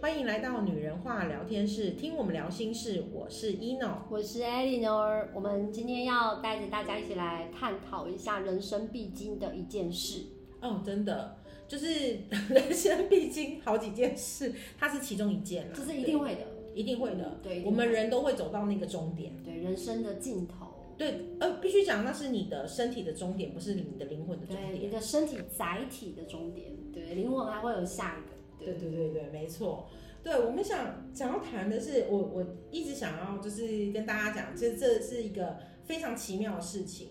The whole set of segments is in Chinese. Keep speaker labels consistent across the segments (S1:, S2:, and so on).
S1: 欢迎来到女人话聊天室，听我们聊心事。我是 ino，
S2: 我是 Eleanor，我们今天要带着大家一起来探讨一下人生必经的一件事。
S1: 哦，真的就是人生必经好几件事，它是其中一件啦，
S2: 这是一定会的，
S1: 对一定会的。
S2: 对，一定
S1: 我们人都会走到那个终点，
S2: 对人生的尽头，
S1: 对，呃，必须讲那是你的身体的终点，不是你的灵魂的终
S2: 对
S1: 点
S2: 你。的身体载体的终点，对灵魂还会有下一个，
S1: 对对对对，没错。对我们想想要谈的是，我我一直想要就是跟大家讲，这这是一个非常奇妙的事情。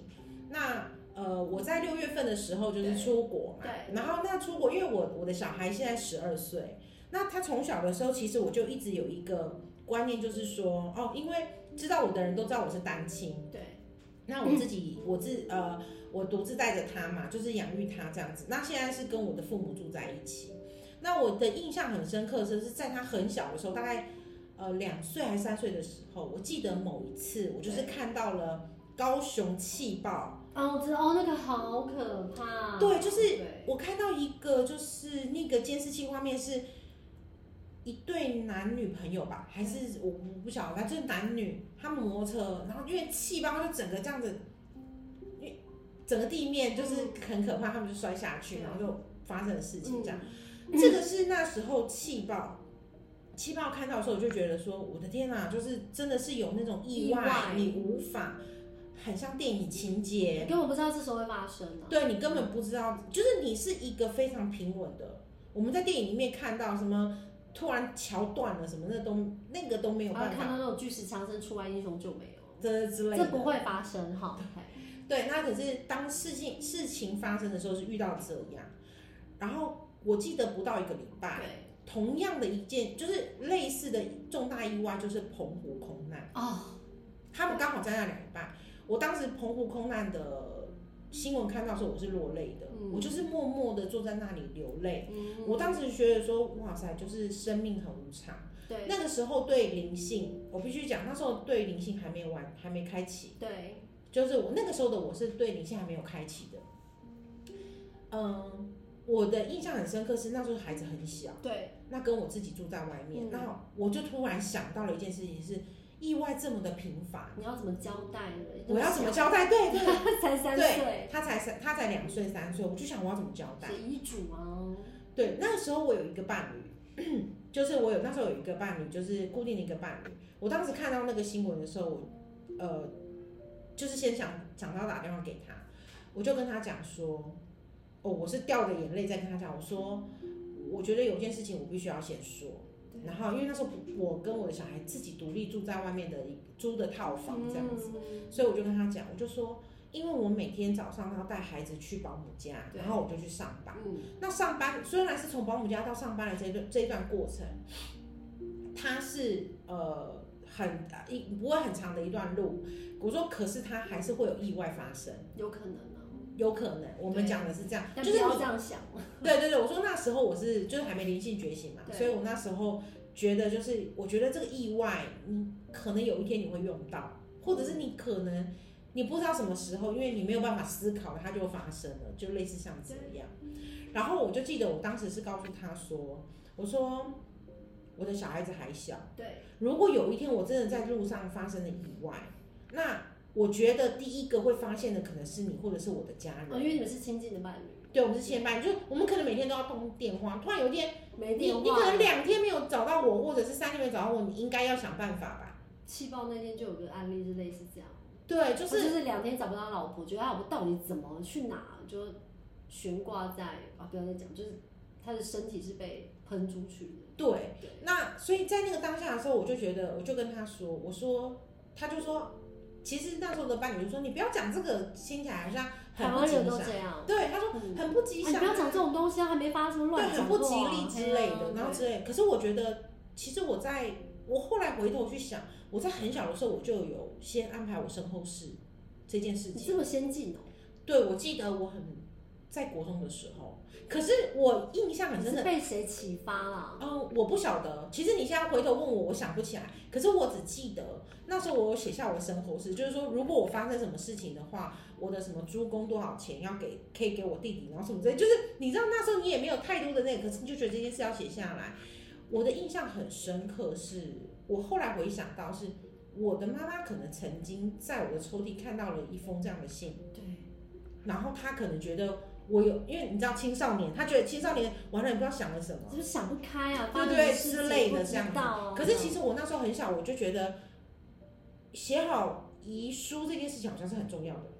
S1: 那呃，我在六月份的时候就是
S2: 对
S1: 出国嘛，
S2: 对
S1: 然后那出国，因为我我的小孩现在十二岁，那他从小的时候，其实我就一直有一个观念，就是说哦，因为知道我的人都知道我是单亲，
S2: 对
S1: 那我自己，我自呃，我独自带着他嘛，就是养育他这样子。那现在是跟我的父母住在一起。那我的印象很深刻，就是在他很小的时候，大概呃两岁还是三岁的时候，我记得某一次，我就是看到了高雄气爆，
S2: 哦，我知道哦，那个好可怕，
S1: 对就是
S2: 对
S1: 我看到一个就是那个监视器画面是。一对男女朋友吧，还是我我不晓得，反正就是男女，他们摩托车，然后因为气爆就整个这样子，因为整个地面就是很可怕，他们就摔下去，
S2: 对
S1: 然后就发生的事情这样。
S2: 嗯
S1: 这个是那时候气爆，气爆看到的时候，我就觉得说，我的天哪、就是真的是有那种意外，
S2: 意外
S1: 你无法，很像电影情节，
S2: 嗯根本不知道这时候会发生啊，
S1: 对你根本不知道，就是你是一个非常平稳的。我们在电影里面看到什么突然桥断了什么，那都那个都没有
S2: 然
S1: 办
S2: 啊后看
S1: 法，
S2: 到那种巨石强森出来英雄就没有，
S1: 这之类
S2: 这
S1: 的。
S2: 不会发生哈，
S1: 对，那可是当事情事情发生的时候是遇到这样，然后我记得不到一个礼拜，
S2: 对，
S1: 同样的一件就是类似的重大意外，就是澎湖空难，
S2: 哦，
S1: 他们刚好在那两个礼拜。我当时澎湖空难的新闻看到的时候，我是落泪的，
S2: 嗯
S1: 我就是默默的坐在那里流泪。
S2: 嗯，
S1: 我当时觉得说，哇塞，就是生命很无常。
S2: 对
S1: 那个时候对灵性，我必须讲，那时候对灵性还没完，还没开启。
S2: 对，
S1: 就是我那个时候的我是对灵性还没有开启的。嗯，我的印象很深刻是那时候孩子很小，
S2: 对，
S1: 那跟我自己住在外面，
S2: 嗯
S1: 那、我就突然想到了一件事情是，意外这么的频繁，
S2: 你要怎么交代呢？
S1: 我要怎么交代？对对，
S2: 才三岁，
S1: 他才三，他才两岁三岁，我就想我要怎么交代
S2: 是？遗嘱啊，
S1: 对，那时候我有一个伴侣， 就是我有那时候有一个伴侣，就是固定的一个伴侣。我当时看到那个新闻的时候，我呃，就是先想想到打电话给他，我就跟他讲说，哦，我是掉着眼泪在跟他讲，我说，我觉得有件事情我必须要先说。然后，因为那时候我跟我的小孩自己独立住在外面的一租的套房这样子，
S2: 子，
S1: 所以我就跟他讲，我就说，因为我每天早上要带孩子去保姆家，
S2: 对
S1: 然后我就去上班。
S2: 嗯，
S1: 那上班虽然是从保姆家到上班的这一段这一段过程，它是呃很一不会很长的一段路。我说，可是它还是会有意外发生，
S2: 有可能啊，
S1: 有可能。我们
S2: 对
S1: 讲的是这样，
S2: 但
S1: 嗯就
S2: 不
S1: 是
S2: 要
S1: 你
S2: 这样想，
S1: 对对对，我说那时候我是就是还没灵性觉醒嘛，
S2: 对
S1: 所以我那时候觉得就是我觉得这个意外，你可能有一天你会用到，或者是你可能你不知道什么时候，因为你没有办法思考，它就发生了，就类似像这样。然后我就记得我当时是告诉他说，我说我的小孩子还小，
S2: 对，
S1: 如果有一天我真的在路上发生了意外，那我觉得第一个会发现的可能是你或者是我的家
S2: 哦
S1: 人。
S2: 因为你们是亲近的伴侣，
S1: 对，我们是牵绊，就是我们可能每天都要通电话，突然有一天
S2: 没
S1: 你
S2: 电话，
S1: 你可能两天没有找到我，或者是三天没有找到我，你应该要想办法吧？
S2: 气爆那天就有个案例是类似这样，
S1: 对，就
S2: 我
S1: 是
S2: 就是两天找不到老婆，觉得他老婆到底怎么去哪，就悬挂在啊，不要再讲，就是他的身体是被喷出去的，
S1: 对。
S2: 对，
S1: 那所以在那个当下的时候，我就觉得，我就跟他说，我说，他就说，其实那时候的伴侣就说，你不要讲这个，听起来好像
S2: 台
S1: 很不
S2: 湾
S1: 吉
S2: 人都
S1: 祥。
S2: 这样，
S1: 对，他说
S2: 嗯
S1: 很不吉
S2: 啊
S1: 祥
S2: 你
S1: 啊，
S2: 不要讲这种东西啊，还没发生
S1: 对，
S2: 乱
S1: 很
S2: 讲
S1: 不
S2: 过
S1: 吉
S2: 啊
S1: 利之
S2: 嘿啊
S1: 类的，然后
S2: 对
S1: 之类。可是我觉得，其实我在我后来回头去想，我在很小的时候我就有先安排我身后事这件事
S2: 你
S1: 情。嗯
S2: 这么先进哦、
S1: 对，我记得我很在国中的时候，可是我印象很
S2: 你
S1: 深
S2: 是
S1: 的，
S2: 被谁启发啊啦？
S1: 嗯，我不晓得。其实你现在回头问我，我想不起来。可是我只记得那时候我有写下我的身后事，就是说如果我发生什么事情的话，我的什么租公多少钱要给，可以给我弟弟，然后什么之类。就是你知道那时候你也没有太多的那个，可是你就觉得这件事要写下来。我的印象很深刻是，我后来回想到是我的妈妈可能曾经在我的抽屉看到了一封这样的信，
S2: 对，
S1: 然后她可能觉得我有，因为你知道青少年，她觉得青少年完了也不知道想了什么。
S2: 就是想不开啊，
S1: 对对
S2: 发生的事情
S1: 之类的
S2: 不知
S1: 这样子
S2: 道啊
S1: 可是其实我那时候很小，我就觉得写好遗书这件事情好像是很重要的。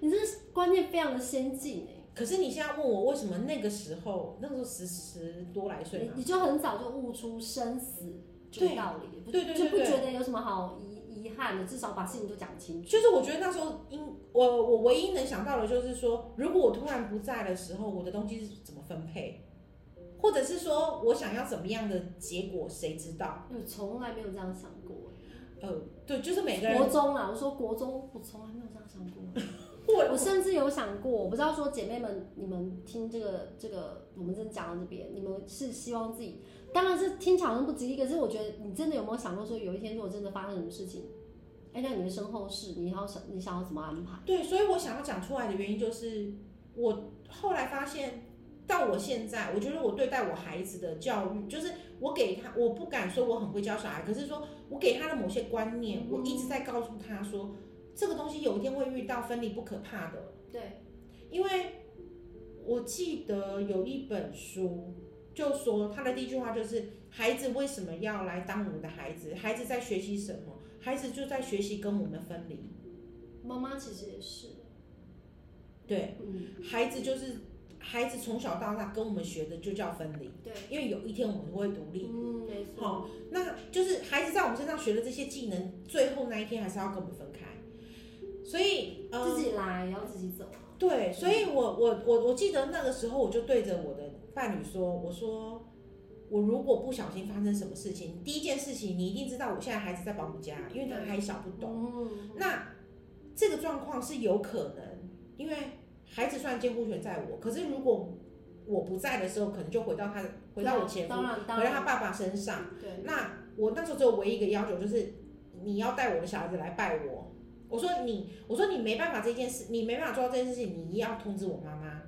S2: 你这个观念非常的先进哎、
S1: 可是你现在问我为什么那个时候，那时候十十多来岁
S2: 你
S1: 嘛，
S2: 你就很早就悟出生死这个
S1: 对
S2: 道理，不
S1: 对对对
S2: 就不
S1: 对
S2: 觉得有什么好遗遗憾的，至少把事情都讲清楚。
S1: 就是我觉得那时候因我我唯一能想到的就是说，如果我突然不在的时候，我的东西是怎么分配，或者是说我想要怎么样的结果，谁知道？
S2: 我从来没有这样想过欸、
S1: 呃，对，就是每个人
S2: 国中啊，我说国中，我从来没有这样想过。
S1: 我
S2: 我甚至有想过，我不知道说姐妹们，你们听这个这个，我们真的讲到这边，你们是希望自己，当然是听起来好像不吉利，可是我觉得你真的有没有想过说，有一天如果真的发生什么事情，哎，那你的身后事，你要想你想要怎么安排？
S1: 对，所以我想要讲出来的原因就是，我后来发现，到我现在，我觉得我对待我孩子的教育，就是我给他，我不敢说我很会教小孩，可是说我给他的某些观念，我一直在告诉他说，这个东西有一天会遇到分离不可怕的，
S2: 对，
S1: 因为我记得有一本书就说他的第一句话就是：孩子为什么要来当我们的孩子？孩子在学习什么？孩子就在学习跟我们分离。
S2: 妈妈其实也是，
S1: 对，
S2: 嗯，
S1: 孩子就是孩子从小到大跟我们学的就叫分离，
S2: 对，
S1: 因为有一天我们会独立。
S2: 嗯，没错，
S1: 好、那就是孩子在我们身上学的这些技能，最后那一天还是要跟我们分开。所以，呃，
S2: 自己来也要自己走啊。
S1: 对，所以我我我我记得那个时候，我就对着我的伴侣说，我说我如果不小心发生什么事情，第一件事情你一定知道，我现在孩子在保姆家，因为他还小不懂。
S2: 嗯，
S1: 那这个状况是有可能，因为孩子虽然监护权在我，可是如果我不在的时候，可能就回到他回到我前夫，
S2: 当然当
S1: 回到他
S2: 然，
S1: 爸爸身上。
S2: 对，
S1: 那我那时候只有唯一一个要求，就是你要带我的小孩子来拜我。我说你，我说你没办法这件事，你没办法做到这件事情，你要通知我妈妈，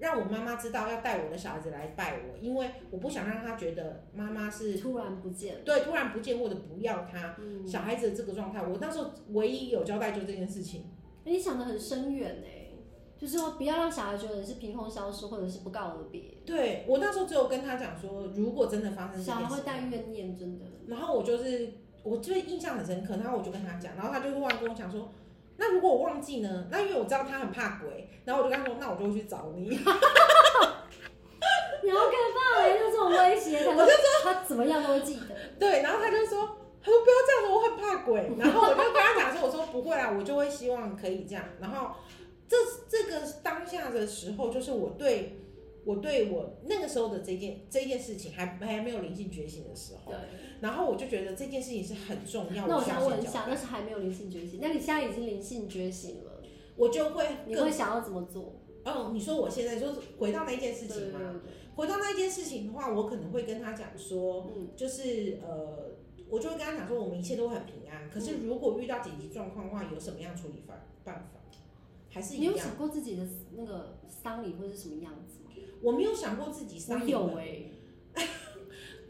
S1: 让我妈妈知道要带我的小孩子来拜我，因为我不想让她觉得妈妈是
S2: 突然不见，
S1: 对突然不见或者不要她
S2: 嗯，
S1: 小孩子的这个状态。我那时候唯一有交代就这件事情。
S2: 欸你想的很深远哎、就是说不要让小孩觉得你是凭空消失或者是不告而别，
S1: 对我那时候只有跟他讲说，如果真的发生这
S2: 小
S1: 件
S2: 孩
S1: 事
S2: 会
S1: 情，
S2: 带怨念，真的。
S1: 然后我就是，我就印象很深刻，然后我就跟他讲，然后他就突然跟我讲说，那如果我忘记呢？那因为我知道他很怕鬼，然后我就跟他说，那我就会去找你。
S2: 你好可怕哎、欸，就这种威胁，他就他怎么样都会记得。
S1: 对，然后他就说，他说不要这样子，我很怕鬼。 然后我就跟他讲说，我说不会啦，我就会希望可以这样。然后这这个当下的时候，就是我对。我对我那个时候的这件这件事情还还没有灵性觉醒的时候，
S2: 对，
S1: 然后我就觉得这件事情是很重要。
S2: 那我
S1: 需要
S2: 想
S1: 先
S2: 问一
S1: 交
S2: 下，
S1: 代
S2: 那是还没有灵性觉醒，那你现在已经灵性觉醒了，
S1: 我就会
S2: 你
S1: 更
S2: 会想要怎么做？
S1: 哦，你说我现在就是回到那一件事
S2: 对
S1: 情
S2: 对
S1: 嘛，
S2: 对，
S1: 回到那一件事情的话，我可能会跟他讲说，
S2: 嗯
S1: 就是呃，我就会跟他讲说，我们一切都很平安。可是
S2: 嗯
S1: 如果遇到紧急状况的话，有什么样处理法办法？还是一
S2: 你有
S1: 样，
S2: 想过自己的那个丧礼会是什么样子吗？
S1: 我没有想过自己
S2: 我
S1: 伤
S2: 有哎、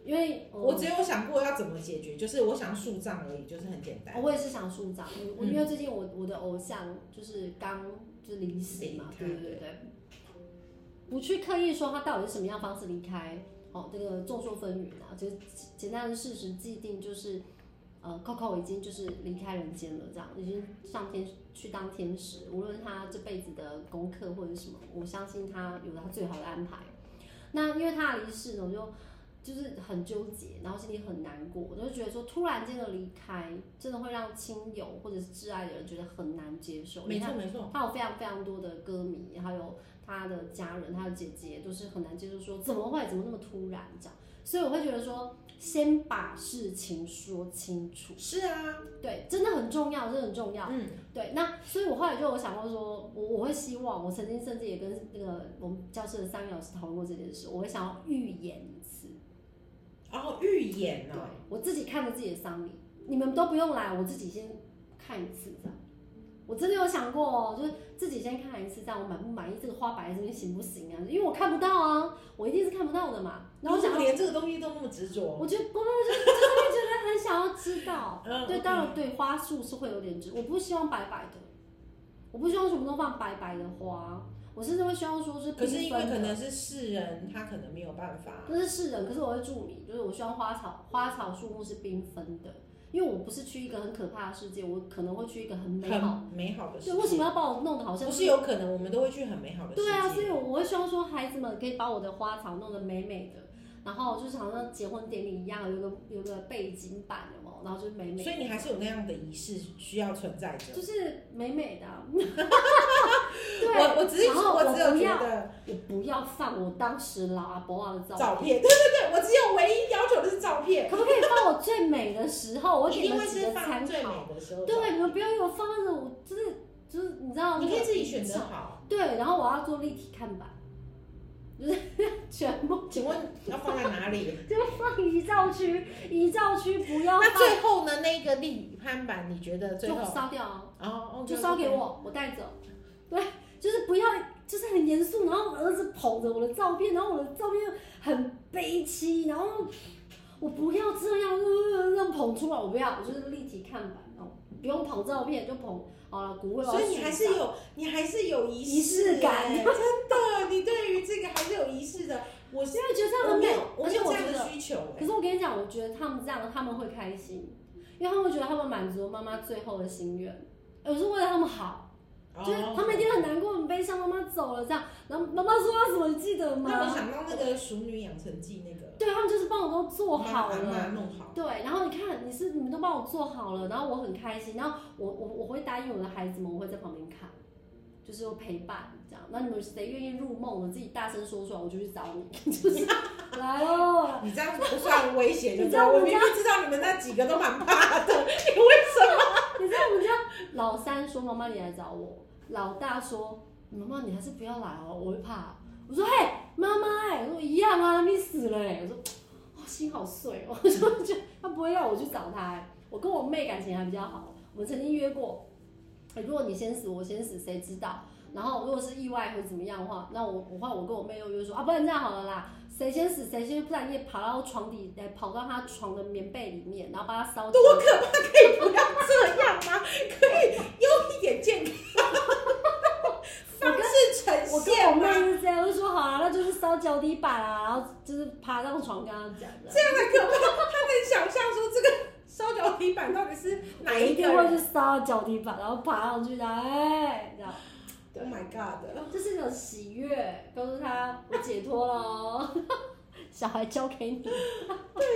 S2: 因为嗯
S1: 我只有想过要怎么解决，就是我想树葬而已，就是很简单。
S2: 我也是想树长，我我
S1: 嗯
S2: 因为最近我我的偶像就是刚就是离世嘛，
S1: 离开
S2: 对对对对，不去刻意说他到底是什么样方式离开，哦，这个众说纷纭啊，就是简单的事实既定就是，呃，Coco 已经就是离开人间了，这样已经上天去当天使，无论他这辈子的功课或者什么，我相信他有他最好的安排。那因为他的离世呢，我就就是很纠结，然后心里很难过，我就觉得说突然间的离开，真的会让亲友或者是挚爱的人觉得很难接受。
S1: 没错没错，
S2: 他有非常非常多的歌迷，还有他的家人，他的姐姐都是很难接受说怎么会怎么那么突然这样，所以我会觉得说先把事情说清楚，
S1: 是啊，
S2: 对，真的很重要，真的很重要。
S1: 嗯，
S2: 对，那所以我后来就有想过说，我我会希望，我曾经甚至也跟那个我们教室的三个老师讨论过这件事，我会想要预演一次，
S1: 然后预演啊
S2: 对啊
S1: 呢、
S2: 我自己看着自己的丧礼，你们都不用来，我自己先看一次这样。我真的有想过哦，就是自己先看一次，这样我满不满意这个花摆在这边行不行啊？因为我看不到啊，我一定是看不到的嘛。
S1: 然
S2: 然
S1: 后
S2: 后我想
S1: 想
S2: 要，
S1: 连这个东西都那么执着，
S2: 我觉得我就就真的觉得很想要知道。
S1: 嗯
S2: 对，
S1: OK
S2: 当然对花束是会有点执，我不希望白白的，我不希望全部都放白白的花，我甚至会希望说是
S1: 嗯可是
S2: 缤
S1: 因为
S2: 纷
S1: 可
S2: 的
S1: 能是世人，他可能没有办法。
S2: 这是世人，可是我会注明，就是我希望花草花草树木是缤纷的，因为我不是去一个很可怕的世界，我可能会去一个很美好。
S1: 很美好的事
S2: 对，
S1: 情，
S2: 为什么要把我弄得好像
S1: 不是有可能我们都会去很美好的世界？
S2: 对啊，所以我会希望说，孩子们可以把我的花草弄得美美的，然后就是好像结婚典礼一样，有个有个背景板，有没有？然后就是美美的，
S1: 所以你还是有那样的仪式需要存在着。
S2: 就是美美 的啊、对，啊
S1: 我我只是
S2: 然后
S1: 我只有
S2: 不
S1: 觉
S2: 要，
S1: 得
S2: 我不要放我当时老阿伯啊的照
S1: 照片，对对对，我只有唯一要求的是照片，
S2: 可不可以放我最美的时候？哦我
S1: 一
S2: 给你
S1: 定会
S2: 们几
S1: 是
S2: 个
S1: 放
S2: 参
S1: 最
S2: 考。
S1: 美的时候。，
S2: 对，你们不要给我放那种，我真的就是你知道，
S1: 你可以自己选择。好。
S2: 对，然后我要做立体看板，就是全部
S1: 请问要放在哪里？
S2: 就放遗照区，遗照区不 要
S1: 那
S2: 放，
S1: 最后呢？那个立攀板，你觉得最
S2: 就
S1: 后？
S2: 烧掉啊，
S1: 哦，
S2: 就烧给。我，我带走。对，就是不要，就是很严肃，然后我儿子捧着我的照片，然后我的照片很悲戚，然后我不要这样，呃，这样捧出来，我不要，我就是立体看板哦，不用捧照片，就捧好了，骨灰。
S1: 所以你还是
S2: 有。
S1: 有，你还是有仪
S2: 仪式感
S1: 欸 真的，你对于这个还是有仪式的。我是
S2: 因为觉得这样
S1: 我
S2: 很
S1: 没
S2: 美
S1: 有，，我
S2: 而
S1: 没
S2: 且
S1: 有这
S2: 我
S1: 样
S2: 觉
S1: 的
S2: 得，
S1: 需求
S2: 可
S1: 哎。
S2: 是我跟你讲，我觉得他们这样，他们会开心，因为他们觉得他们满足了妈妈最后的心愿，我是为了他们好，就是
S1: 哦
S2: 他们一定很难过、很悲伤，妈妈走了这样，然后妈妈说要什么，你记得
S1: 那我
S2: 吗？
S1: 想到那个《熟女养成记》那个，
S2: 对他们就是帮我都做好
S1: 妈妈
S2: 了。
S1: 弄好。
S2: 对，然后你看，你是你们都帮我做好了，然后我很开心，然后我我我会答应我的孩子们，我会在旁边看，就是会陪伴这样。那你们谁愿意入梦，我自己大声说出来，我就去找你， 就是来哦，
S1: 你这样不算威胁，对不
S2: 你知
S1: 对？
S2: 道
S1: 我
S2: 我
S1: 明明知道你们那几个都蛮怕 的，你为什么？
S2: 你知道我们家老三说：“妈妈，你来找我。”老大说：“妈妈，你还是不要来哦，我会怕。”我说：“嘿，妈妈、欸，我说一样啊，你死了哎、我说：“哦，心好碎哦。”我 说：“就他不会要我去找他、欸。”我跟我妹感情还比较好，我们曾经约过，欸如果你先死，我先死，谁知道？然后如果是意外或怎么样的话，那我我话我跟我妹又约说啊，不然这样好了啦，谁先死谁先，不然你也爬到床底，哎，跑到他床的棉被里面，然后把他烧掉。
S1: 多可怕！可以不要这样吗？可以用一点健康方式呈
S2: 我跟我
S1: 现
S2: 妹
S1: 吗？
S2: 是这样，就说好啊，那就是烧脚底板啊，然后就是爬上床跟她讲的。
S1: 这样的可怕，他能想象说这个烧脚底板到底是哪
S2: 我一
S1: 一个
S2: 定会
S1: 人
S2: 去烧脚底板，然后爬上去的，哎，这样，
S1: ？Oh my god！
S2: 这是一种喜悦，告诉他我解脱了哦， 小孩交给你。
S1: 对，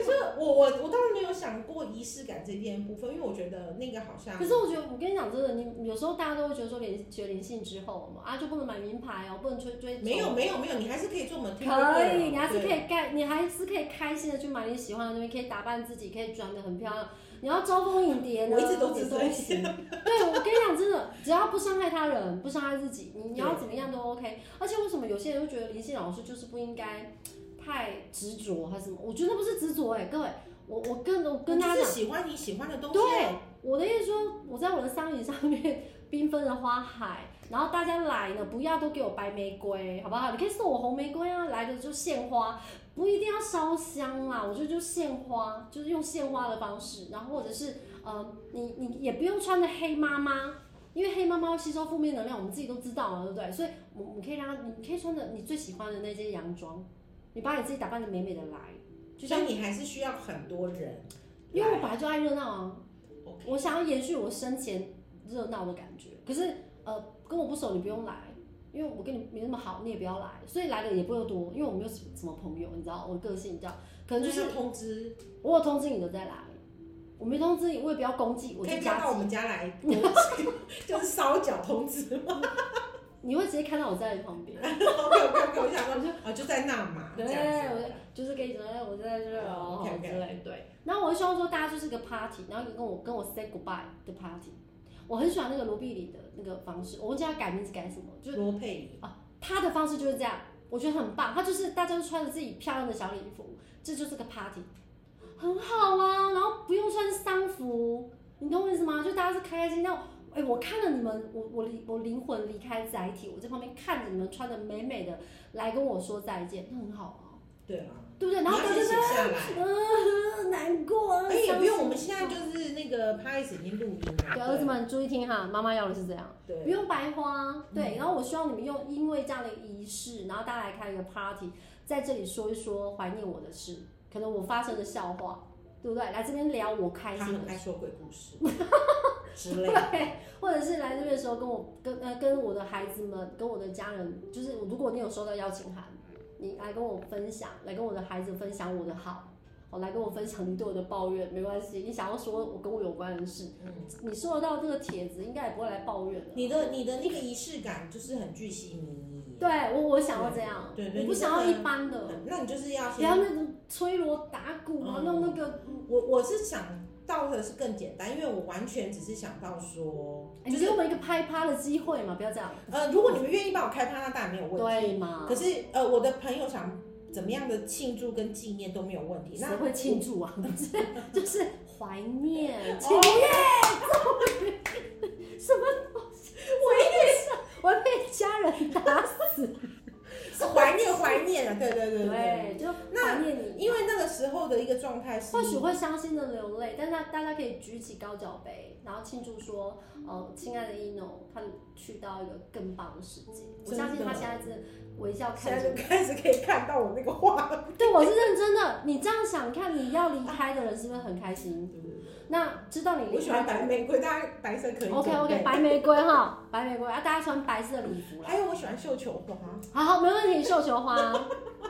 S1: 所以我我我当然没有想过仪式感这件部分，因为我觉得那个好像
S2: 可是我觉得，我跟你讲真的，你有时候大家都会觉得说灵学灵性之后嘛，啊就不能买名牌哦，不能追追求
S1: 没有没有没有，你还是可以做我们
S2: 可以，你还是可
S1: 以。
S2: 以盖，你还是可以开心的去买你喜欢的东西，可以打扮自己，可以装的很漂亮。你要招蜂引蝶呢，
S1: 我一直都是
S2: 也
S1: 这
S2: 都
S1: 样
S2: 行。对，我跟你讲，真的，只要不伤害他人，不伤害自己，你你要怎么样都 OK。而且为什么有些人会觉得灵性老师就是不应该太执着还是什么？我觉得不是执着哎、各位，我我跟我跟大家
S1: 你
S2: 讲
S1: 就是，喜欢你喜欢的东西，啊
S2: 对，我的意思说，我在我的丧礼上面缤纷的花海，然后大家来呢，不要都给我白玫瑰，好不好？你可以送我红玫瑰啊，来的就献花，不一定要烧香啦，我觉得就献花，就是用献花的方式，然后或者是呃，你你也不用穿的黑妈妈。因为黑妈妈会吸收负面能量，我们自己都知道嘛，对不对？所以，我我们可以让她，你可以穿着你最喜欢的那件洋装，你把你自己打扮的美美的来，就
S1: 就
S2: 像
S1: 像你还是需要很多人
S2: 因为我
S1: 来。
S2: 本来就爱热闹啊，我想要延续我生前热闹的感觉。可是呃，跟我不熟，你不用来，因为我跟你没那么好，你也不要来，所以来的也不会多，因为我没有什什么朋友，你知道我的个性这样，可能就是
S1: 那要通知，
S2: 我有通知你的再来，我没通知你，我也不要攻击，我
S1: 可
S2: 就
S1: 以叫
S2: 加
S1: 到我
S2: 急。
S1: 们家来，就是烧脚通知 吗
S2: 你会直接看到我在你旁边，
S1: ？OK OK OK，我想说，哦，就在那嘛，这
S2: 对，
S1: 样子
S2: 我。就是跟你讲，哎我在这儿哦
S1: OK，OK
S2: 之类的。对，然后我希望说大家就是个 party，然后一个跟我跟我 say goodbye 的 party。我很喜欢那个罗碧里的那个方式，我忘记他改名字改什么，就是。
S1: 罗佩仪，
S2: 他的方式就是这样，我觉得很棒。他就是大家都穿着自己漂亮的小礼服，这就是个 party，很好啊。然后不用穿丧服，你懂我意思吗？就大家是开开心心。那哎、我看了你们，我我离我灵魂离开载体，我在旁边看着你们穿的美美的来跟我说再见，那很好
S1: 对啊
S2: 啊，，对不对？然后
S1: 你
S2: 我
S1: 要
S2: 就
S1: 先
S2: 是
S1: 写下来。
S2: 嗯，难过，
S1: 而且也不用，
S2: 伤心
S1: 我们现在就是那个 p a 已经录音
S2: 对儿子
S1: 了，
S2: 们注意听哈，妈妈要的是这样。
S1: 对嗯
S2: 不用白花，对。然后我希望你们用因为这样的仪式，然后大家来开一个 party，在这里说一说怀念我的事，可能我发生的笑话，对不对？来这边聊我开
S1: 对，他
S2: 心的
S1: 很爱说鬼故事之类的，
S2: 对，或者是来这边的时候跟我跟呃跟我的孩子们跟我的家人，就是如果你有收到邀请函，你来跟我分享，来跟我的孩子分享我的好，哦，来跟我分享你对我的抱怨，没关系，你想要说我跟我有关的事，
S1: 嗯，
S2: 你收得到这个帖子，应该也不会来抱怨的。
S1: 你的你的那个仪式感就是很具细迷意，
S2: 对我我想要这样，
S1: 对对
S2: 我不想要一般的，
S1: 嗯，那你就是要
S2: 不要
S1: 先，
S2: 那种吹锣打鼓啊，
S1: 嗯
S2: 弄那个，
S1: 我我是想到的是更简单，因为我完全只是想到说，
S2: 哎
S1: 就
S2: 你给
S1: 是
S2: 我们一个拍趴的机会嘛，不要这样，
S1: 呃，如果你们愿意帮我开趴，那当然没有问题。
S2: 对嘛？
S1: 可是呃，我的朋友想怎么样的庆祝跟纪念都没有问题，
S2: 谁
S1: 那
S2: 会庆祝啊？不是，就是怀念，庆
S1: 哦
S2: 我会被家人打死，
S1: 是怀念怀念啊，对对对对。
S2: 对，哎就
S1: 那
S2: 怀念你。
S1: 因为那个时候的一个状态是，
S2: 或许会伤心的流泪，但是大家可以举起高脚杯，然后庆祝说，
S1: 嗯
S2: 呃，亲爱的一诺，他去到一个更棒的世界。我相信他现在是微笑
S1: 嗯现
S2: 看着
S1: 在就开始可以看到我那个画了。
S2: 对，我是认真的。你这样想看，你要离开的人是不是很开心？那知道你
S1: 我
S2: 离
S1: 喜
S2: 开
S1: 欢白玫瑰，大家白色可以。
S2: ，OK OK，。白玫瑰哈，白玫瑰啊，大家穿白色的礼 服啦。
S1: 还有我喜欢绣球花，
S2: 好好，没问题，绣球花。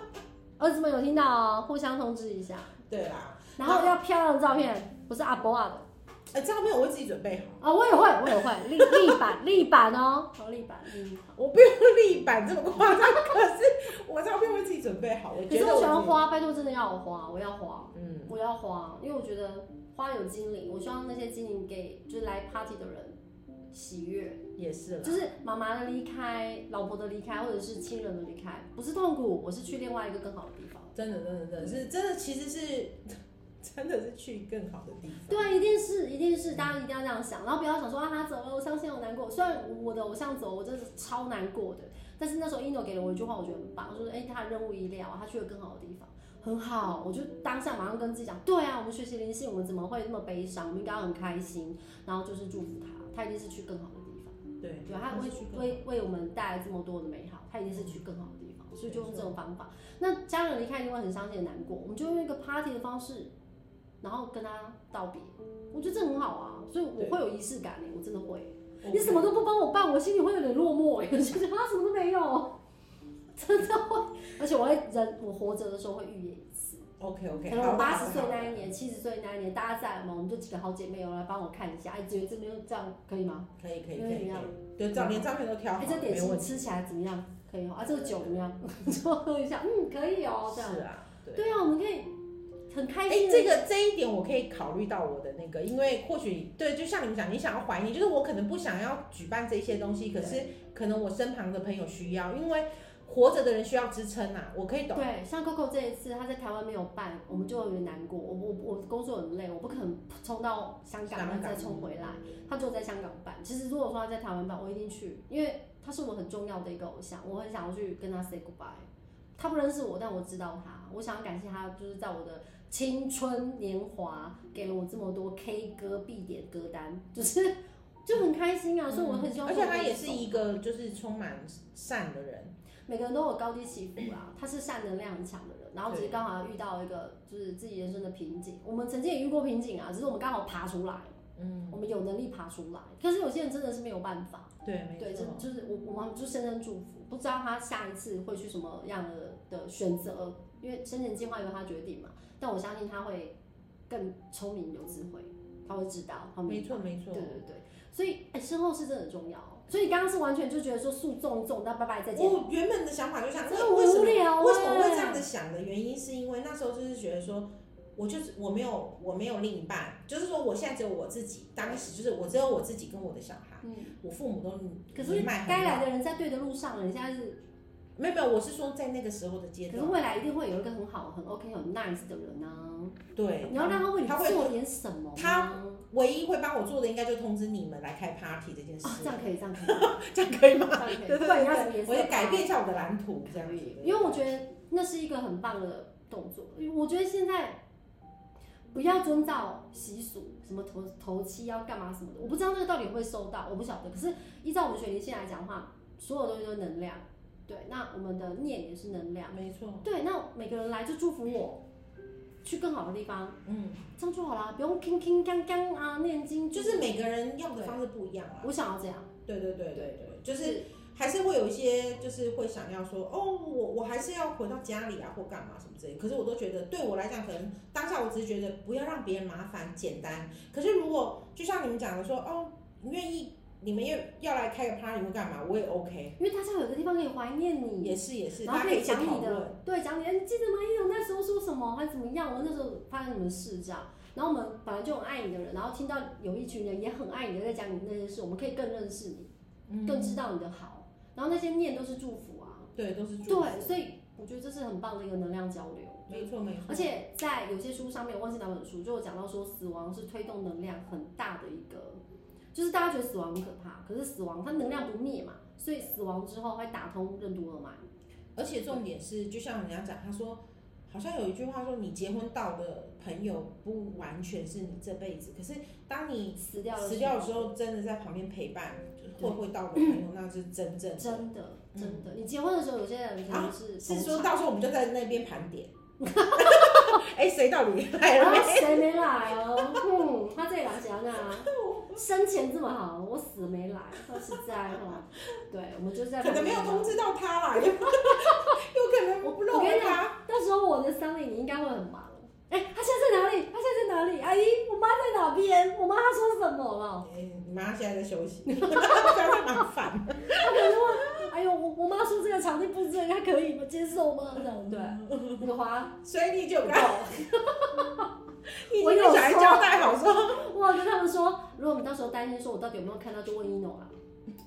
S2: 儿子们有听到哦，互相通知一下。
S1: 对啦，
S2: 然后要漂亮的照片，不是阿伯啊的
S1: 哎，照片我会自己准备好，
S2: 啊，我也会，我也会，立立版，立版哦，好立版，立版。
S1: 我不用立版这么夸张，可是我照片会自己准备好。我
S2: 可
S1: 觉
S2: 是
S1: 得
S2: 我喜欢
S1: 自己，
S2: 花，拜托真的要有花，我要花。
S1: 嗯，
S2: 我要花，因为我觉得花有精灵，我希望那些精灵给就是来 party 的人喜悦，
S1: 也是啦
S2: 就。是妈妈的离开、老婆的离开，或者是亲人的离开，不是痛苦，我是去另外一个更好的地方。
S1: 真的，真的，真的是真的，其实是 真的是去更好的地方。
S2: 对，啊一定是，一定是，大家一定要这样想，然后不要想说啊，他走了，我伤心，我难过。虽然我的偶像走，我真的是超难过的，但是那时候 ino 给了我一句话，我觉得很棒，就是哎、他的任务已了，他去了更好的地方，很好。我就当下马上跟自己讲，对啊，我们学习灵性，我们怎么会那么悲伤？我们应该要很开心，然后就是祝福他，他一定是去更好的地方，
S1: 对
S2: 对，啊他
S1: 会
S2: 为
S1: 去更好。
S2: 为为我们带来这么多的美好，他一定是去更好的地方，
S1: 嗯
S2: 所以就用这种方法。那家人离开一定会很伤心、很难过，我们就用一个 party 的方式，然后跟他道别，我觉得这很好啊，所以我
S1: 对
S2: 会有仪式感欸的，我真的会。
S1: 我
S2: 你什么都不帮我办， 我心里会有点落寞耶，就是啊什么都没有， 真的会，而且我会人我活着的时候会预言一次，
S1: ？OK
S2: 可
S1: OK，
S2: 能我八十岁那一年、七十岁那一年，大家在吗？我们就几个好姐妹有来帮我看一下，哎，觉得这边这样可以吗？
S1: 可以可以
S2: 因
S1: 可
S2: 为怎
S1: 以
S2: 么样，
S1: 对，照连照片都挑好
S2: 哎，，这点
S1: 没问
S2: 心
S1: 题。
S2: 吃起来怎么样？可以吗？啊，这个酒怎么样？ 就喝一下，嗯，可以哦，这样。
S1: 是啊，对。
S2: 对啊，我们可以很开
S1: 哎、
S2: 心。
S1: 这个这一点我可以考虑到我的那个，因为或许对，就像你们讲，你想要怀念，就是我可能不想要举办这些东西，可是可能我身旁的朋友需要，因为活着的人需要支撑啊，我可以懂。
S2: 对，像 Coco 这一次，他在台湾没有办，我们就有点难过。我我我工作很累，我不可能冲到香港然后再冲回来。
S1: 嗯
S2: 他就在香港办。其实如果说他在台湾办，我一定去，因为他是我很重要的一个偶像，我很想要去跟他 say goodbye。他不认识我，但我知道他，我想要感谢他，就是在我的青春年华给了我这么多 K 歌必点歌单，就是就很开心啊，所以我很希望
S1: 嗯而
S2: 做
S1: 且
S2: 这种事。
S1: 他也是一个就是充满善的人，
S2: 每个人都有高低起伏啦，他是善能量很强的人，然后只是刚好遇到一个就是自己人生的瓶颈。我们曾经也遇过瓶颈啊，只是我们刚好爬出来，
S1: 嗯，
S2: 我们有能力爬出来。可是有些人真的是没有办法，
S1: 对，没
S2: 对，就
S1: 错，
S2: 就是我我们就深深祝福，不知道他下一次会去什么样的的选择，因为生前计划由他决定嘛。但我相信他会更聪明有智慧，他会知道，他
S1: 没
S2: 明白
S1: 错没错
S2: 对，对对，所以哎、身后事真的很重要哦。所以刚刚是完全就觉得说诉纵纵，那拜拜再见。
S1: 我原本的想法就想，
S2: 真
S1: 为
S2: 的
S1: 为什么
S2: 无聊、欸，
S1: 为什么会这样子想的原因，是因为那时候就是觉得说，我就是我没有我没有另一半，就是说我现在只有我自己，当时就是我只有我自己跟我的小孩，
S2: 嗯，
S1: 我父母都
S2: 可是
S1: 年迈很
S2: 该来
S1: 老
S2: 的人在对的路上了，你现在是，
S1: 没有没有，我是说在那个时候的阶
S2: 可是
S1: 段，
S2: 未来一定会有一个很好、很 OK、很 nice 的人呢、啊。
S1: 对，
S2: 你要让他为你
S1: 哎他会
S2: 做点什么吗？
S1: 他
S2: 啊，
S1: 唯一会帮我做的应该就通知你们来开 party 这件事，
S2: 哦这样可以，这 样可以，
S1: 这样可以
S2: 这
S1: 吗？
S2: 样可以。
S1: 对对
S2: 不然你要什么
S1: 对，
S2: 颜色？
S1: 我也改变一下我的蓝图，这样
S2: 可
S1: 子
S2: 以，。因为我觉得那是一个很棒的动作。我觉得现在不要遵照习俗，什么头头七要干嘛什么的，我不知道那个到底会收到，我不晓得。可是依照文学灵性来讲的话，所有东西都是能量，对，那我们的念也是能量，
S1: 没错，
S2: 对，那每个人来就祝福我。去更好的地方，
S1: 嗯，
S2: 这样就好啦，不用铿铿锵锵啊，念经
S1: 就是每个人用的方式不一样啊。
S2: 我想要这样，
S1: 对对对对对，就是还是会有一些就是会想要说，哦，我我还是要回到家里啊，或干嘛什么之类的。可是我都觉得，对我来讲，可能当下我只是觉得不要让别人麻烦，简单。可是如果就像你们讲的说，哦，你愿意，你们要要来开个 party 或干嘛，我也 OK，
S2: 因为大家有个地方可以怀念你，
S1: 也是也是，
S2: 然
S1: 大
S2: 后
S1: 家可
S2: 可
S1: 以
S2: 以
S1: 一起
S2: 讲
S1: 讨
S2: 你
S1: 论。
S2: 的，对，讲你，哎你记得吗？一勇那时候说什么，还怎么样？我那时候发生什么事这样。然后我们本来就很爱你的人，然后听到有一群人也很爱你的在讲你那些事，我们可以更认识你，
S1: 嗯
S2: 更知道你的好。然后那些念都是祝福啊，
S1: 对，都是祝福
S2: 对，所以我觉得这是很棒的一个能量交流。
S1: 没错没错。
S2: 而且在有些书上面，我忘记哪本书，就有讲到说死亡是推动能量很大的一个，就是大家觉得死亡很可怕，可是死亡它能量不灭嘛，所以死亡之后会打通任督二脉。
S1: 而且重点是，就像人家讲，他说好像有一句话说，你结婚到的朋友不完全是你这辈子，可是当你
S2: 死掉了，
S1: 死掉的时候，真的在旁边陪伴，会会到的朋友，那是真正的。
S2: 真的，真的，你结婚的时候，有些人可能是
S1: 嗯啊是
S2: 说
S1: 说到时候我们就在那边盘 点，哎，谁到底来了
S2: 啊，
S1: 没？
S2: 谁 没来哦？嗯，他这来讲啊，生前这么好，我死没来，说实在哦，对，我们就是在
S1: 可能没有通知到 他啦，有有可能
S2: 我
S1: 不漏
S2: 我跟你
S1: 他。
S2: 到时候我的丧礼你应该会很忙。哎、他现在在哪里？他现在在哪里？阿姨，我妈在哪边？我妈她说什么了？
S1: 哎你妈现在在休息， 不要再麻烦。
S2: 她可能就会，哎呦，我我妈说这个场地布置，她可以吗？接受吗？这
S1: 嗯
S2: 样对，啊那个花，
S1: 所以你就跟
S2: 我
S1: 你已
S2: 我
S1: 经
S2: 有
S1: 跟小孩
S2: 说
S1: 交代好说，
S2: 有跟他们说，如果你到时候担心说我到底有没有看到，就问一诺啊。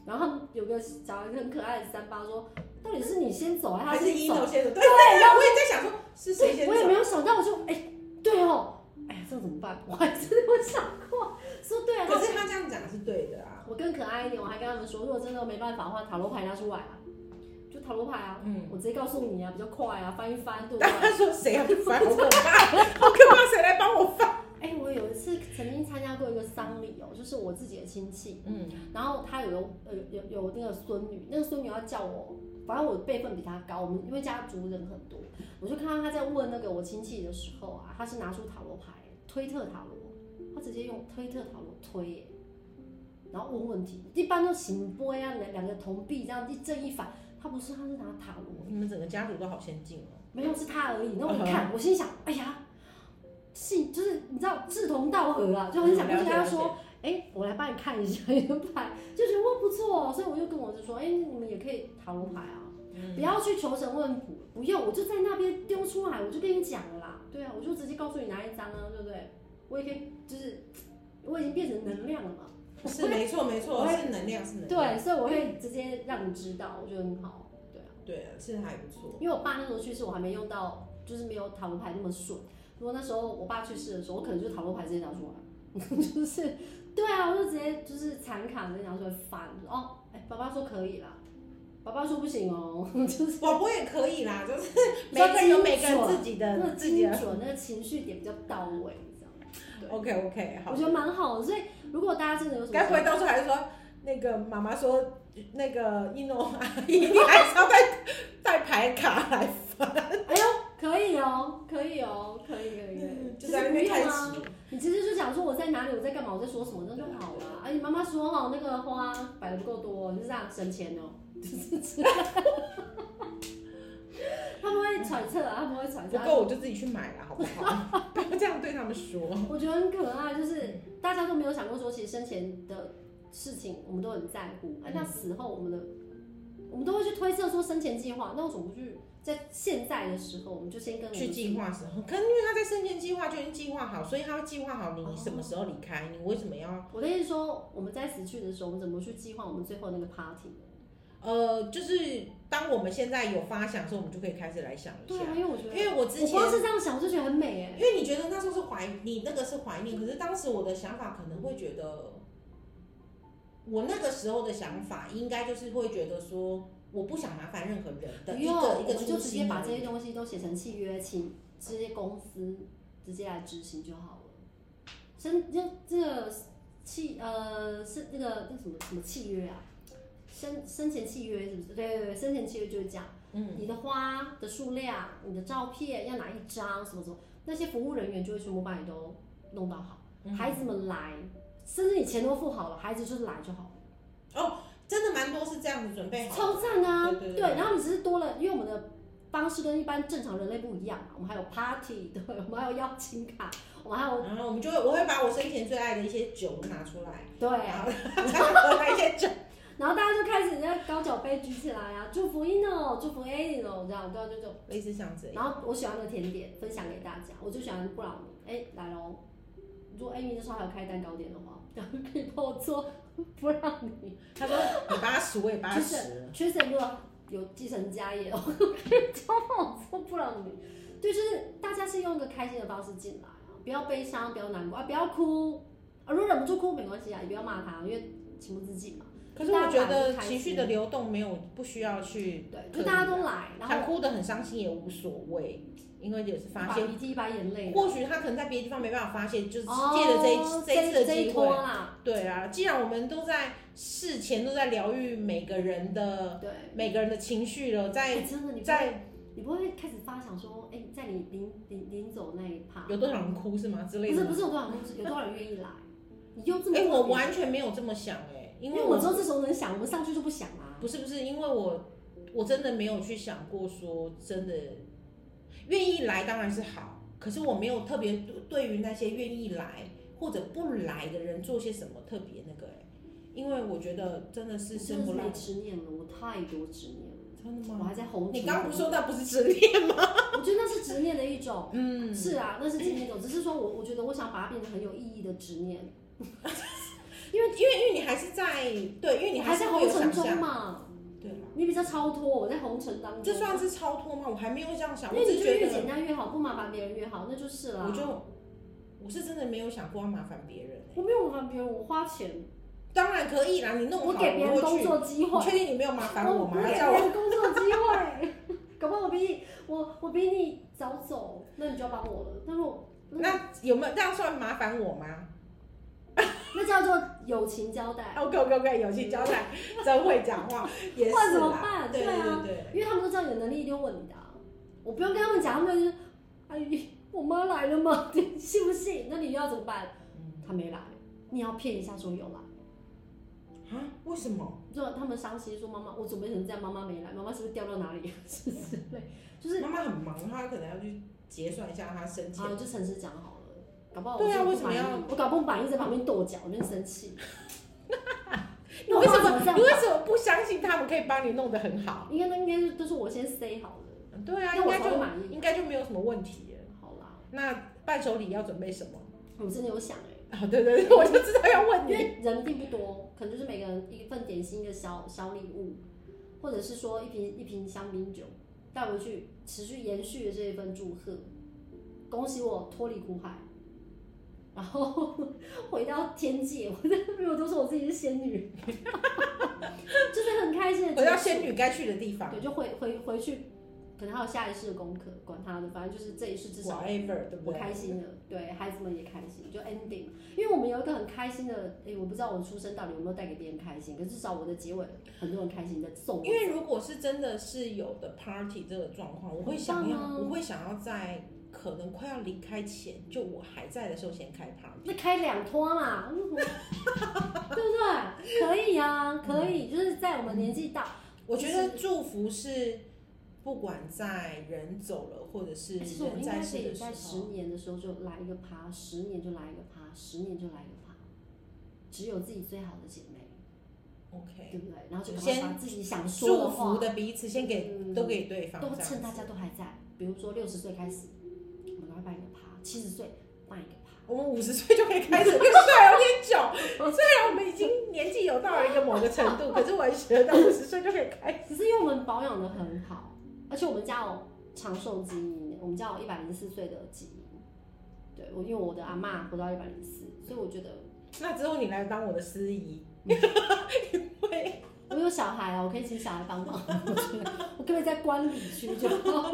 S2: 然后他们有个小孩很可爱的三八说，到底是你先走还
S1: 还是
S2: 是他先
S1: 一
S2: 走？
S1: 诺先生？对对对，我也在想说是谁先
S2: 我
S1: 走
S2: 也。没有想到，我就哎、对哦，哎呀，这怎么办？我还真的有想过，说对啊，
S1: 可是他这样讲是对的啊。
S2: 我更可爱一点，我还跟他们说，如果真的没办法的话，塔罗牌拿出来啊，就塔罗牌啊，
S1: 嗯，
S2: 我直接告诉你啊，比较快啊，翻一翻，对不对？
S1: 但 他嗯说谁要去翻，好可怕，好可怕，谁来帮我翻？
S2: 哎、我有一次曾经参加过一个丧礼哦，就是我自己的亲戚，
S1: 嗯
S2: 然后他有个呃有有有那个孙女，那个孙女要叫我，反正我辈分比他高，我们因为家族人很多，我就看到他在问那个我亲戚的时候啊，他是拿出塔罗牌，推特塔罗，他直接用推特塔罗推耶、然后问问题，一般都行波呀，两两个铜币这样一正一反，他不是，他是拿塔罗，
S1: 你们整个家族都好先进哦。
S2: 没有是他而已。那我一看，我心想，哎呀，信就是你知道志同道合啊，就很想过去跟他说，哎、我来帮你看一下一个牌，就觉得哇不错、哦，所以我就跟我儿子说，哎、你们也可以塔罗牌啊，
S1: 嗯
S2: 不要去求神问卜，不用，我就在那边丢出来，我就跟你讲了啦，对啊，我就直接告诉你哪一张啊，对不对？我也可以，就是我已经变成能量了嘛，
S1: 是没错没错，是能量是能量，
S2: 对，所以我会直接让你知道，我觉得很好，对啊。
S1: 对啊，是还不错。
S2: 因为我爸那时候去世，我还没用到，就是没有塔罗牌那么顺。如果那时候我爸去世的时候，我可能就塔罗牌直接拿出来， 就是对啊，我就直接就是残卡直接拿出来翻。哦，哎、爸爸说可以啦，爸爸说不行哦，就是
S1: 广播也可以啦，就是
S2: 比
S1: 每
S2: 较
S1: 个人有每个
S2: 精
S1: 人
S2: 准
S1: 自己的
S2: 那
S1: 嗯
S2: 个
S1: 自己
S2: 精
S1: 的。
S2: 准，那个情绪点比较到位，这样
S1: OK OK，好
S2: 我。觉得蛮好的。所以如果大家真的有什么
S1: 该
S2: 想
S1: 不会到时候还是说那个妈妈说那个一诺阿姨，你还是要带带牌卡来翻，
S2: 可以哦，可以哦，可以可以可以，
S1: 嗯就在那边
S2: 其实不
S1: 开
S2: 用啊
S1: 始。
S2: 你其实就讲说我在哪里，我在干嘛，我在说什么，那就好了。哎、你妈妈说哈，那个花摆的不够多，你就这样省钱哦、 就是这样。他们会揣测啊，他们会揣测
S1: 不。够我就自己去买了，好不好？ 不要这样对他们说。
S2: 我觉得很可爱，就是大家都没有想过说，其实生前的事情我们都很在乎，哎、那死后我们的，我们都会去推测说生前计划，那为什么不去在现在的时候，我们就先跟我们
S1: 去计划时候，可能因为他在生前计划就已经计划好，所以他会计划好
S2: 哦
S1: 你什么时候离开，你为什么要
S2: 我的意思说，我们在死去的时候，我们怎么去计划我们最后那个 party？
S1: 呃，就是当我们现在有发想的时候，我们就可以开始来想一
S2: 对
S1: 下。
S2: 啊，因为我觉
S1: 因
S2: 得，
S1: 为我之
S2: 我
S1: 前
S2: 光是这样想，我就觉得很美哎。
S1: 因为你觉得那时候是怀你那个是怀念，可是当时我的想法可能会觉得，我那个时候的想法应该就是会觉得说，我不想麻烦任何人的
S2: 不
S1: 一
S2: 用，
S1: 个
S2: 我
S1: 一个
S2: 们就
S1: 初
S2: 直接
S1: 心
S2: 把
S1: 而
S2: 这
S1: 已。
S2: 些东西都写成契约，请这些公司直接来执行就好了。生这这个契呃是那个那什么什么契约啊？生生前契约是不是？对对对，生前契约就是这样。
S1: 嗯，
S2: 你的花的数量、你的照片要哪一张，什么什么，那些服务人员就会全部把你都弄到好。
S1: 嗯
S2: 孩子们来，甚至你钱都付好了，孩子就是来就好了。
S1: 真的蛮多是这样子准备好的。
S2: 超赞啊！
S1: 对对对对
S2: 然后你只是多了，因为我们的方式跟一般正常人类不一样嘛，我们还有 party，对， 我们还有邀请卡，我们还有
S1: 然后我们就会，我会把我生前最爱的一些酒拿出来，
S2: 对，啊
S1: 然后拿来一些酒，
S2: 然后大家就开始在高脚杯举起来啊，祝福 ino，祝福 ano，这样对啊，就这种。
S1: 类似像这样。
S2: 然后我喜欢的甜点分享给大家，我就喜欢布朗尼，哎，来喽。如果 Amy 那时候还有开蛋糕店的话， 然后可以帮我做布朗尼。
S1: 他说你八十，我也八
S2: 就是
S1: 十。
S2: Tristan 如果有继承家业，我 可以交往做布朗尼。对，就是大家是用一个开心的方式进来啊，不要悲伤，不要难过啊，不要哭啊，如果忍不住哭没关系啊，也不要骂他，因为情不自禁嘛。
S1: 可是我觉得情绪的流动没有不需要去，
S2: 对，就大家都来，然
S1: 他
S2: 后
S1: 哭得很伤心也无所谓，因为也是发
S2: 把
S1: 泄
S2: 鼻涕一把眼泪，
S1: 或许他可能在别的地方没办法发泄，就是借
S2: 哦
S1: 了这一、
S2: 这
S1: 一次的
S2: 这一
S1: 机
S2: 托
S1: 会。
S2: 啦，
S1: 对啊，既然我们都在事前都在疗愈每个人的
S2: 对。
S1: 每个人的情绪了，在
S2: 哎真的，你不
S1: 在
S2: 你不会开始发想说，哎、在你临临临走那一趴，
S1: 有多少人哭是吗之类
S2: 不
S1: 的
S2: 是
S1: 吗？
S2: 不是有多少人有多少人愿意来，你又这么
S1: 哎、我
S2: 特别
S1: 完全没有这么想哎、
S2: 因
S1: 因
S2: 为
S1: 为
S2: 我
S1: 我
S2: 知道这时候能想，我们上去就不想啊。
S1: 不是不是因为我我真的没有去想过说真的愿意来当然是好，可是我没有特别对对于那些愿意来或者不来的人做些什么特别那个哎、因为我觉得真的是
S2: 真
S1: 生
S2: 的是
S1: 不
S2: 没
S1: 浪，
S2: 执念了，我太多执念了，
S1: 真的
S2: 我
S1: 吗？
S2: 还在红。
S1: 你刚不是说那不是执念吗？
S2: 我觉得那是执念的一种，
S1: 嗯，
S2: 是啊，那是执念一种，只是说我我觉得我想把它变成很有意义的执念，
S1: 因为因为因为你还是在对，因为 你
S2: 还
S1: 是
S2: 在
S1: 会有
S2: 红
S1: 想
S2: 尘中
S1: 象，
S2: 嘛，
S1: 对啦，
S2: 你比较超脱，我在红尘当中，
S1: 这算是超脱吗？我还没有这样想，
S2: 因
S1: 我
S2: 为
S1: 只
S2: 你
S1: 是
S2: 就
S1: 觉
S2: 越啊
S1: 得
S2: 简单越好，不麻烦别人越好，那就是啦。
S1: 我就我是真的没有想过要麻烦别人欸、
S2: 我没有麻烦别人，我花钱，
S1: 当然可以啦，你弄好
S2: 我给别人
S1: 会
S2: 工
S1: 去。
S2: 作机会
S1: 你，确定你没有麻烦我吗？
S2: 我给
S1: 要
S2: 别
S1: 叫我
S2: 人工作机会， 搞不好我比你我我比你早走，那你就要帮我了。但是我
S1: 那有没有这样算麻烦我吗
S2: 那叫做友情交代，
S1: ？OK OK OK，有心交代，真会讲 话，也是
S2: 不然
S1: 啦。
S2: 怎么办
S1: 对
S2: 对啊
S1: 对对，
S2: 因为他们都知道你的能力一定会问你的啊、我不用跟他们讲，他们就是，阿姨，我妈来了吗？ 你信不信？那你要怎么办？
S1: 嗯
S2: 他没来，你要骗一下说有来，
S1: 啊？为什么？
S2: 就他们伤心说妈妈，我准备成这样，妈妈没来，妈妈是不是掉到哪里？是不是累？就是
S1: 妈妈很忙，她可能要去结算一下她生前
S2: 啊，就诚实讲好了，搞不好我
S1: 对啊
S2: 真的
S1: 为
S2: 不
S1: 什么
S2: 满意
S1: 要
S2: 我搞不好满意在旁边跺脚，我就 生气。
S1: 你为什
S2: 那
S1: 么
S2: 我妈怎么这样
S1: 你为什么不相信他们可以帮你弄得很好？
S2: 应该那应该是都是我先 say 好了，
S1: 对啊，
S2: 那
S1: 应
S2: 我
S1: 该
S2: 才会
S1: 就
S2: 满意。
S1: 应该就没有什么问题了。
S2: 好啦，
S1: 那伴手礼要准备什么？
S2: 我真的有想哎、
S1: 啊，对对对，我就知道要问
S2: 因
S1: 你。
S2: 为人并不多，可能就是每个人一份点心一个小小礼物，或者是说一瓶一瓶香槟酒带回去，持续延续的这一份祝贺，恭喜我脱离苦海，然后 回到天界。我在因为我都说我自己是仙女， 就是很开心的。
S1: 回到仙女该去的地方
S2: 对，就回回回去，可能还有下一世的功课，管他的，反正就是这一世至少
S1: ，whatever，对不
S2: 我
S1: 对？
S2: 开心了，对孩子们也开心，就 ending。因为我们有一个很开心的，诶，我不知道我出生到底有没有带给别人开心，可是至少我的结尾很多人开心的送我
S1: 因。为如果是真的是有的 party 这个状况，我会想要，
S2: 很棒啊
S1: 我会想要在可能快要离开前，就我还在的时候先开 party。
S2: 那开两拖嘛，嗯 对不对？可以啊，可以，就是在我们年纪到，
S1: 我觉得祝福是不管在人走了，或者是
S2: 诶其实我们
S1: 人
S2: 应
S1: 在
S2: 该
S1: 世
S2: 可以
S1: 的时
S2: 在十
S1: 候，
S2: 年的时候就来一个趴，十年就来一个趴，十年就来一个趴，只有自己最好的姐妹，
S1: ，OK，
S2: 对不对？然后就赶快
S1: 先
S2: 把自己想说的
S1: 祝福
S2: 话，
S1: 的彼此先给
S2: 嗯
S1: 都给对方，
S2: 都
S1: 这样
S2: 趁大
S1: 子
S2: 家都还在，比如说六十岁开始，我们赶快办一个趴；七十岁办一个趴，
S1: 我们五十岁就可以开始，这个虽然有点久，虽然我们已经年纪有到了一个某个程度，可是我还觉得五十岁就可以开始。
S2: 只是因为我们保养的很好，而且我们家有长寿基因，我们家有一百零四岁的基因。对，我因为我的阿嬷活到一百零四，所以我觉得
S1: 那之后你来当我的司仪，
S2: 我有小孩啊，我可以请小孩帮忙。 我觉得我可不可以在观礼区就好？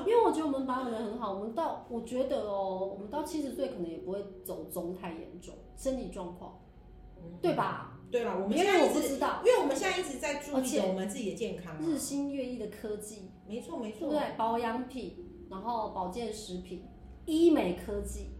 S2: 因为我觉得我们保养的很好，我们到我觉得哦，我们到七十岁可能也不会走中太严重，身体状况，对吧？
S1: 对嗯了，我们
S2: 因
S1: 现在
S2: 为
S1: 一
S2: 我不
S1: 直，
S2: 知道
S1: 因为我们现在一直在注
S2: 而
S1: 意着
S2: 且
S1: 我们自己的健康
S2: 日
S1: 嘛。
S2: 新月异的科技，
S1: 没错没
S2: 对啊不
S1: 错，
S2: 对？保养品，然后保健食品、医美科技，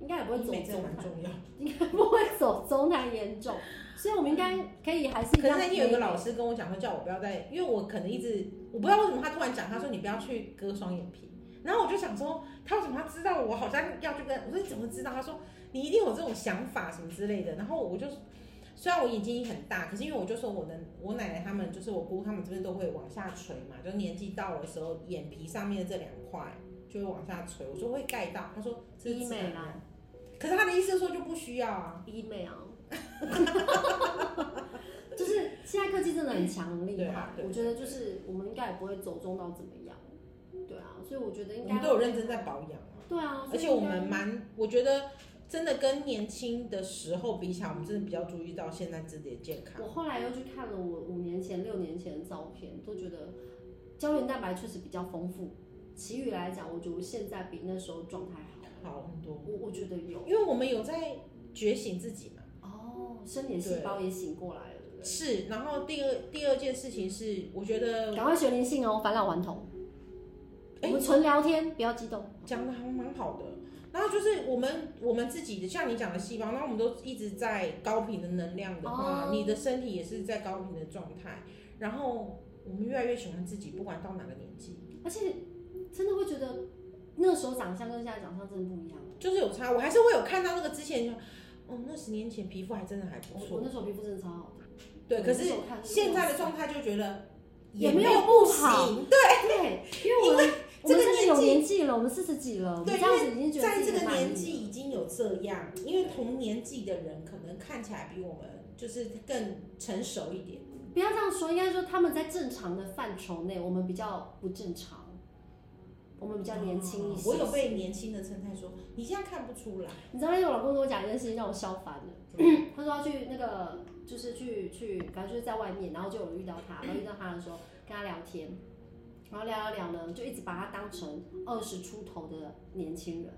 S2: 应该也不会走
S1: 医美真的
S2: 中
S1: 蛮
S2: 太，
S1: 重要。
S2: 应该不会走中太严重，所以我们应该可以还是一
S1: 可是
S2: 样
S1: 那天有一个
S2: 推
S1: 老师跟我讲说，叫我不要再，因为我可能一直我不知道为什么他突然讲，他说你不要去割双眼皮。然后我就想说，他为什么他知道我好像要去跟？我说你怎么知道？他说你一定有这种想法什么之类的。然后我就虽然我眼睛很大，可是因为我就说我的我奶奶他们就是我姑他们这边都会往下垂嘛，就年纪到了的时候，眼皮上面的这两块就会往下垂。我说会盖到，他说这是
S2: 医
S1: 自
S2: 美
S1: 然
S2: 啦
S1: 的。可是他的意思是说就不需要啊。
S2: 医美啊， 就是现在科技真的很强力
S1: 对
S2: 嘛
S1: 啊，对
S2: 我觉得就是我们应该也不会走中到怎么样，对啊，所以我觉得应
S1: 我
S2: 该
S1: 们都有认真在保养啊。
S2: 对啊，
S1: 而
S2: 所以
S1: 且
S2: 应
S1: 我
S2: 该
S1: 们蛮，我觉得真的跟年轻的时候比起来，我们真的比较注意到现在自己的健康
S2: 我。后来又去看了我五年前、六年前的照片，都觉得胶原蛋白确实比较丰富，其余来讲，我觉得我现在比那时候状态好，
S1: 好很多，
S2: 我我觉得有
S1: 因为我们有在觉醒自己嘛。
S2: 哦，生年细胞也醒过来了，对不
S1: 是，然后第二第二件事情是，我觉
S2: 对？
S1: 得
S2: 赶快学灵性哦，返老还童。我
S1: 哎
S2: 们纯聊天，不要激动。
S1: 讲的还蛮好的。然后就是我们我们自己的，像你讲的细胞，那我们都一直在高频的能量的话，
S2: 哦
S1: 你的身体也是在高频的状态。然后我们越来越喜欢自己，不管到哪个年纪。
S2: 而且真的会觉得那时候长相跟现在长相真的不一样。
S1: 就是有差，我还是会有看到那个之前就，哦，那十年前皮肤还真的还不
S2: 我我
S1: 错，
S2: 那时候皮肤真的超好的，
S1: 对。可
S2: 我那时
S1: 是
S2: 候看
S1: 现在的状态就觉得
S2: 也没
S1: 没
S2: 有
S1: 不
S2: 不好
S1: 行，
S2: 对，因为我们我
S1: 这
S2: 们
S1: 个
S2: 真的有
S1: 年纪
S2: 年纪了，我们四十几了，我们
S1: 对
S2: 这样子已经觉
S1: 对，
S2: 得
S1: 在
S2: 自己
S1: 这个
S2: 很满意
S1: 年
S2: 了
S1: 纪已经有这样，因为同年纪的人可能看起来比我们就是更成熟一点，
S2: 不要这样说，应该说他们在正常的范畴内，我们比较不正常，我们比较年轻一些。
S1: 我有被年轻的称赞说，你现在看不出来，
S2: 你知道那天我老公跟我讲一件事情，让我笑翻了。
S1: 嗯
S2: 他说他去那个，就是去去，反正就是在外面，然后就有遇到他，然后遇到他的时候跟他聊天，然后聊聊聊呢，就一直把他当成二十出头的年轻人。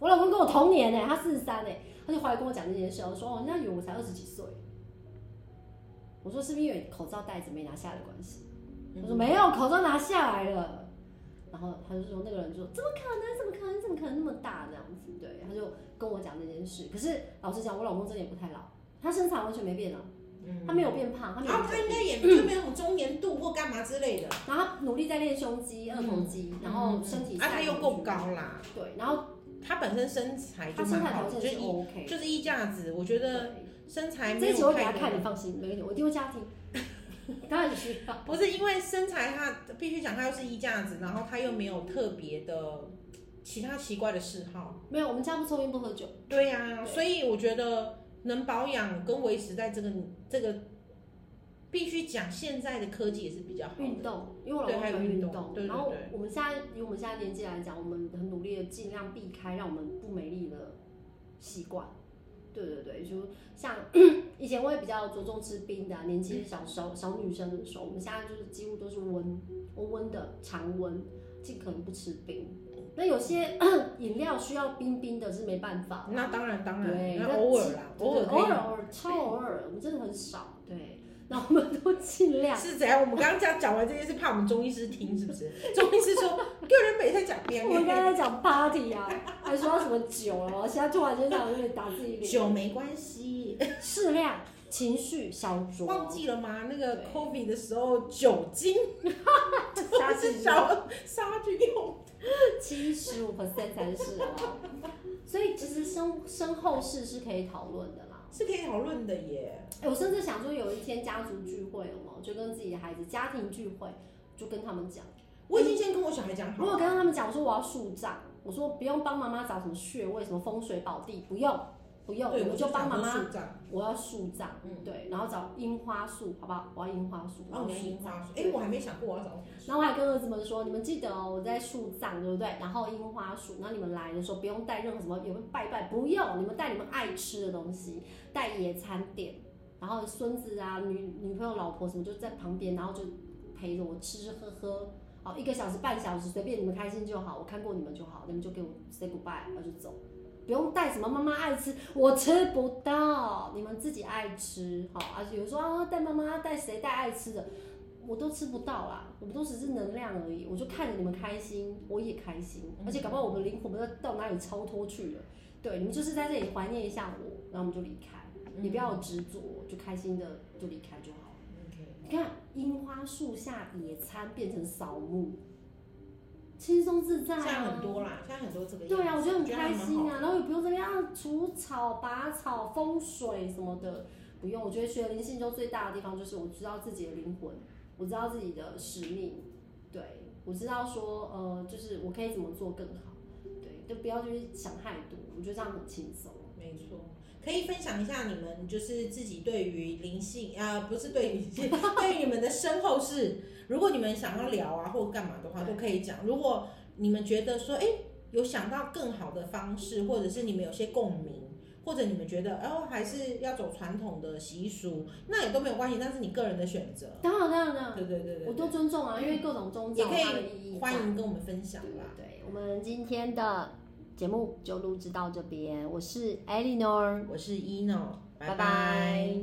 S2: 我老公跟我同年呢、他四十三呢，欸他就回来跟我讲这件事，我说哦，人家以为我才二十几岁。我说是不是因为口罩戴着没拿下来的关系？他说
S1: 嗯
S2: 没有，口罩拿下来了。然后他就说那个人就说怎么可能？怎么可能？怎么可能那么大这样子？对，他就跟我讲这件事。可是老实讲，我老公真的也不太老，他身材完全没变啊，
S1: 嗯
S2: 他没有变胖，他没有
S1: 然后
S2: 变
S1: 他应该也就没有什么中年度或干嘛之类的，
S2: 然后他努力在练胸肌、二头肌，然后身体
S1: 啊，他
S2: 下
S1: 又
S2: 移
S1: 够，高啦，
S2: 对，然后
S1: 他本身身材
S2: 他
S1: 就
S2: 身
S1: 蛮
S2: 材
S1: 好的，
S2: 条
S1: 就
S2: 件
S1: 是
S2: 是
S1: 衣
S2: OK
S1: 就是衣架子，我觉得
S2: 对
S1: 身材
S2: 这
S1: 没
S2: 一集
S1: 有
S2: 我给
S1: 太
S2: 他看，
S1: 多
S2: 你放心，没问题，我一定会加听。 当然啊需要，
S1: 不是因为身材他，必须讲他又是衣架子，然后他又没有特别的其他奇怪的嗜好。
S2: 没有，我们家不抽烟不喝酒，
S1: 对呀、
S2: 对
S1: 所以我觉得能保养跟维持在这个这个，必须讲现在的科技也是比较好
S2: 运
S1: 的。
S2: 动，因为我老
S1: 对
S2: 公
S1: 还
S2: 喜
S1: 有
S2: 欢
S1: 运
S2: 运
S1: 动
S2: 动。
S1: 对对
S2: 然后
S1: 对
S2: 我们现在以我们现在年纪来讲，我们很努力的尽量避开让我们不美丽的习惯。对对对，就像 以前我也比较着重吃冰的啊、年轻小
S1: 嗯
S2: 小小女生的时候，我们现在就是几乎都是温温温的常温，尽可能不吃冰。那有些 饮料需要冰冰的是没办法啦，
S1: 那当然当然，
S2: 对，
S1: 那
S2: 那
S1: 偶尔
S2: 尽
S1: 啦，
S2: 对
S1: 偶尔
S2: 对
S1: 可
S2: 偶尔偶尔超偶尔，我们真的很少。对，那我们都尽
S1: 以。
S2: 量。
S1: 是怎样？我们刚刚讲讲完这件事，怕我们中医师听是不是？中医师说， 个人每天讲
S2: 我
S1: 边
S2: 们刚才在讲 party 啊，还说到什么酒了，现在突然间讲有点打自己脸。
S1: 酒没关系，
S2: 适量，情绪小酌，
S1: 忘记了吗？那个
S2: 对
S1: COVID 的时候，酒精
S2: 杀
S1: 它 是
S2: 菌
S1: 小杀菌用
S2: 七十五 percent 才是好不好？所以其实身身后事是可以讨论的啦。
S1: 是可以讨论的耶。
S2: 哎、我甚至想说有一天家族聚会有没有，就跟自己的孩子家庭聚会，就跟他们讲，
S1: 我已经先跟我小孩讲好
S2: 如果
S1: 了，
S2: 跟他们讲说我要树葬，我说不用帮妈妈找什么穴位、什么风水宝地，不用不用，
S1: 对，
S2: 我
S1: 我
S2: 们就帮妈妈，
S1: 树葬，
S2: 我要树葬，
S1: 嗯
S2: 对，然后找樱花树，好不好？我要樱花树，
S1: 然后
S2: 我
S1: 我
S2: 要
S1: 们
S2: 树
S1: 樱花
S2: 葬
S1: 树，哎，我还没想过我要找什么树
S2: 然后我还跟儿子们说，你们记得哦，我在树葬，对不对？然后樱花树，然后你们来的时候不用带任何什么，有没有拜拜？不用，你们带你们爱吃的东西，带野餐垫，然后孙子啊、女女朋友、老婆什么就在旁边，然后就陪着我吃吃喝喝，好一个小时、半小时，随便你们开心就好，我看过你们就好，你们就给我 say goodbye，然后就走。不用带什么妈妈爱吃，我吃不到，你们自己爱吃好。而且有人说啊，带妈妈带谁带爱吃的，我都吃不到啦，我们都只是能量而已。我就看着你们开心，我也开心，
S1: 嗯
S2: 而且搞不好我们灵魂不知道到哪里超脱去了。对，你们就是在这里怀念一下我，然后我们就离开。你不
S1: 嗯
S2: 要执着，就开心的就离开就好了。
S1: ，OK，
S2: 你看，樱花树下野餐变成扫墓，轻松自在、啊，
S1: 现在很多啦，现在很多这个样子，
S2: 对啊，我觉得很
S1: 还
S2: 开
S1: 蛮好
S2: 心
S1: 的
S2: 啊，然后也不用这边啊除草、拔草、风水什么的，不用。我觉得学灵性中最大的地方就是我知道自己的灵魂，我知道自己的使命，对我知道说呃，就是我可以怎么做更好，对，就不要去想太多，我觉得这样很轻松。
S1: 没错，可以分享一下你们就是自己对于灵性啊、呃不是对于灵 性，对于你们的身后事，如果你们想要聊啊或干嘛的话，都可以讲。如果你们觉得说，哎，有想到更好的方式，或者是你们有些共鸣。或者你们觉得，哦，还是要走传统的习俗，那也都没有关系，那是你个人的选择。
S2: 当然当然当然，
S1: 对对对对，
S2: 我都尊重啊，因为各种宗
S1: 也
S2: 教
S1: 可以
S2: 它的意义
S1: 欢
S2: 在
S1: 迎跟我们分享啦。
S2: 对，我们今天的节目就录制到这边，我是 Eleanor。
S1: 我是 Eno，
S2: 拜拜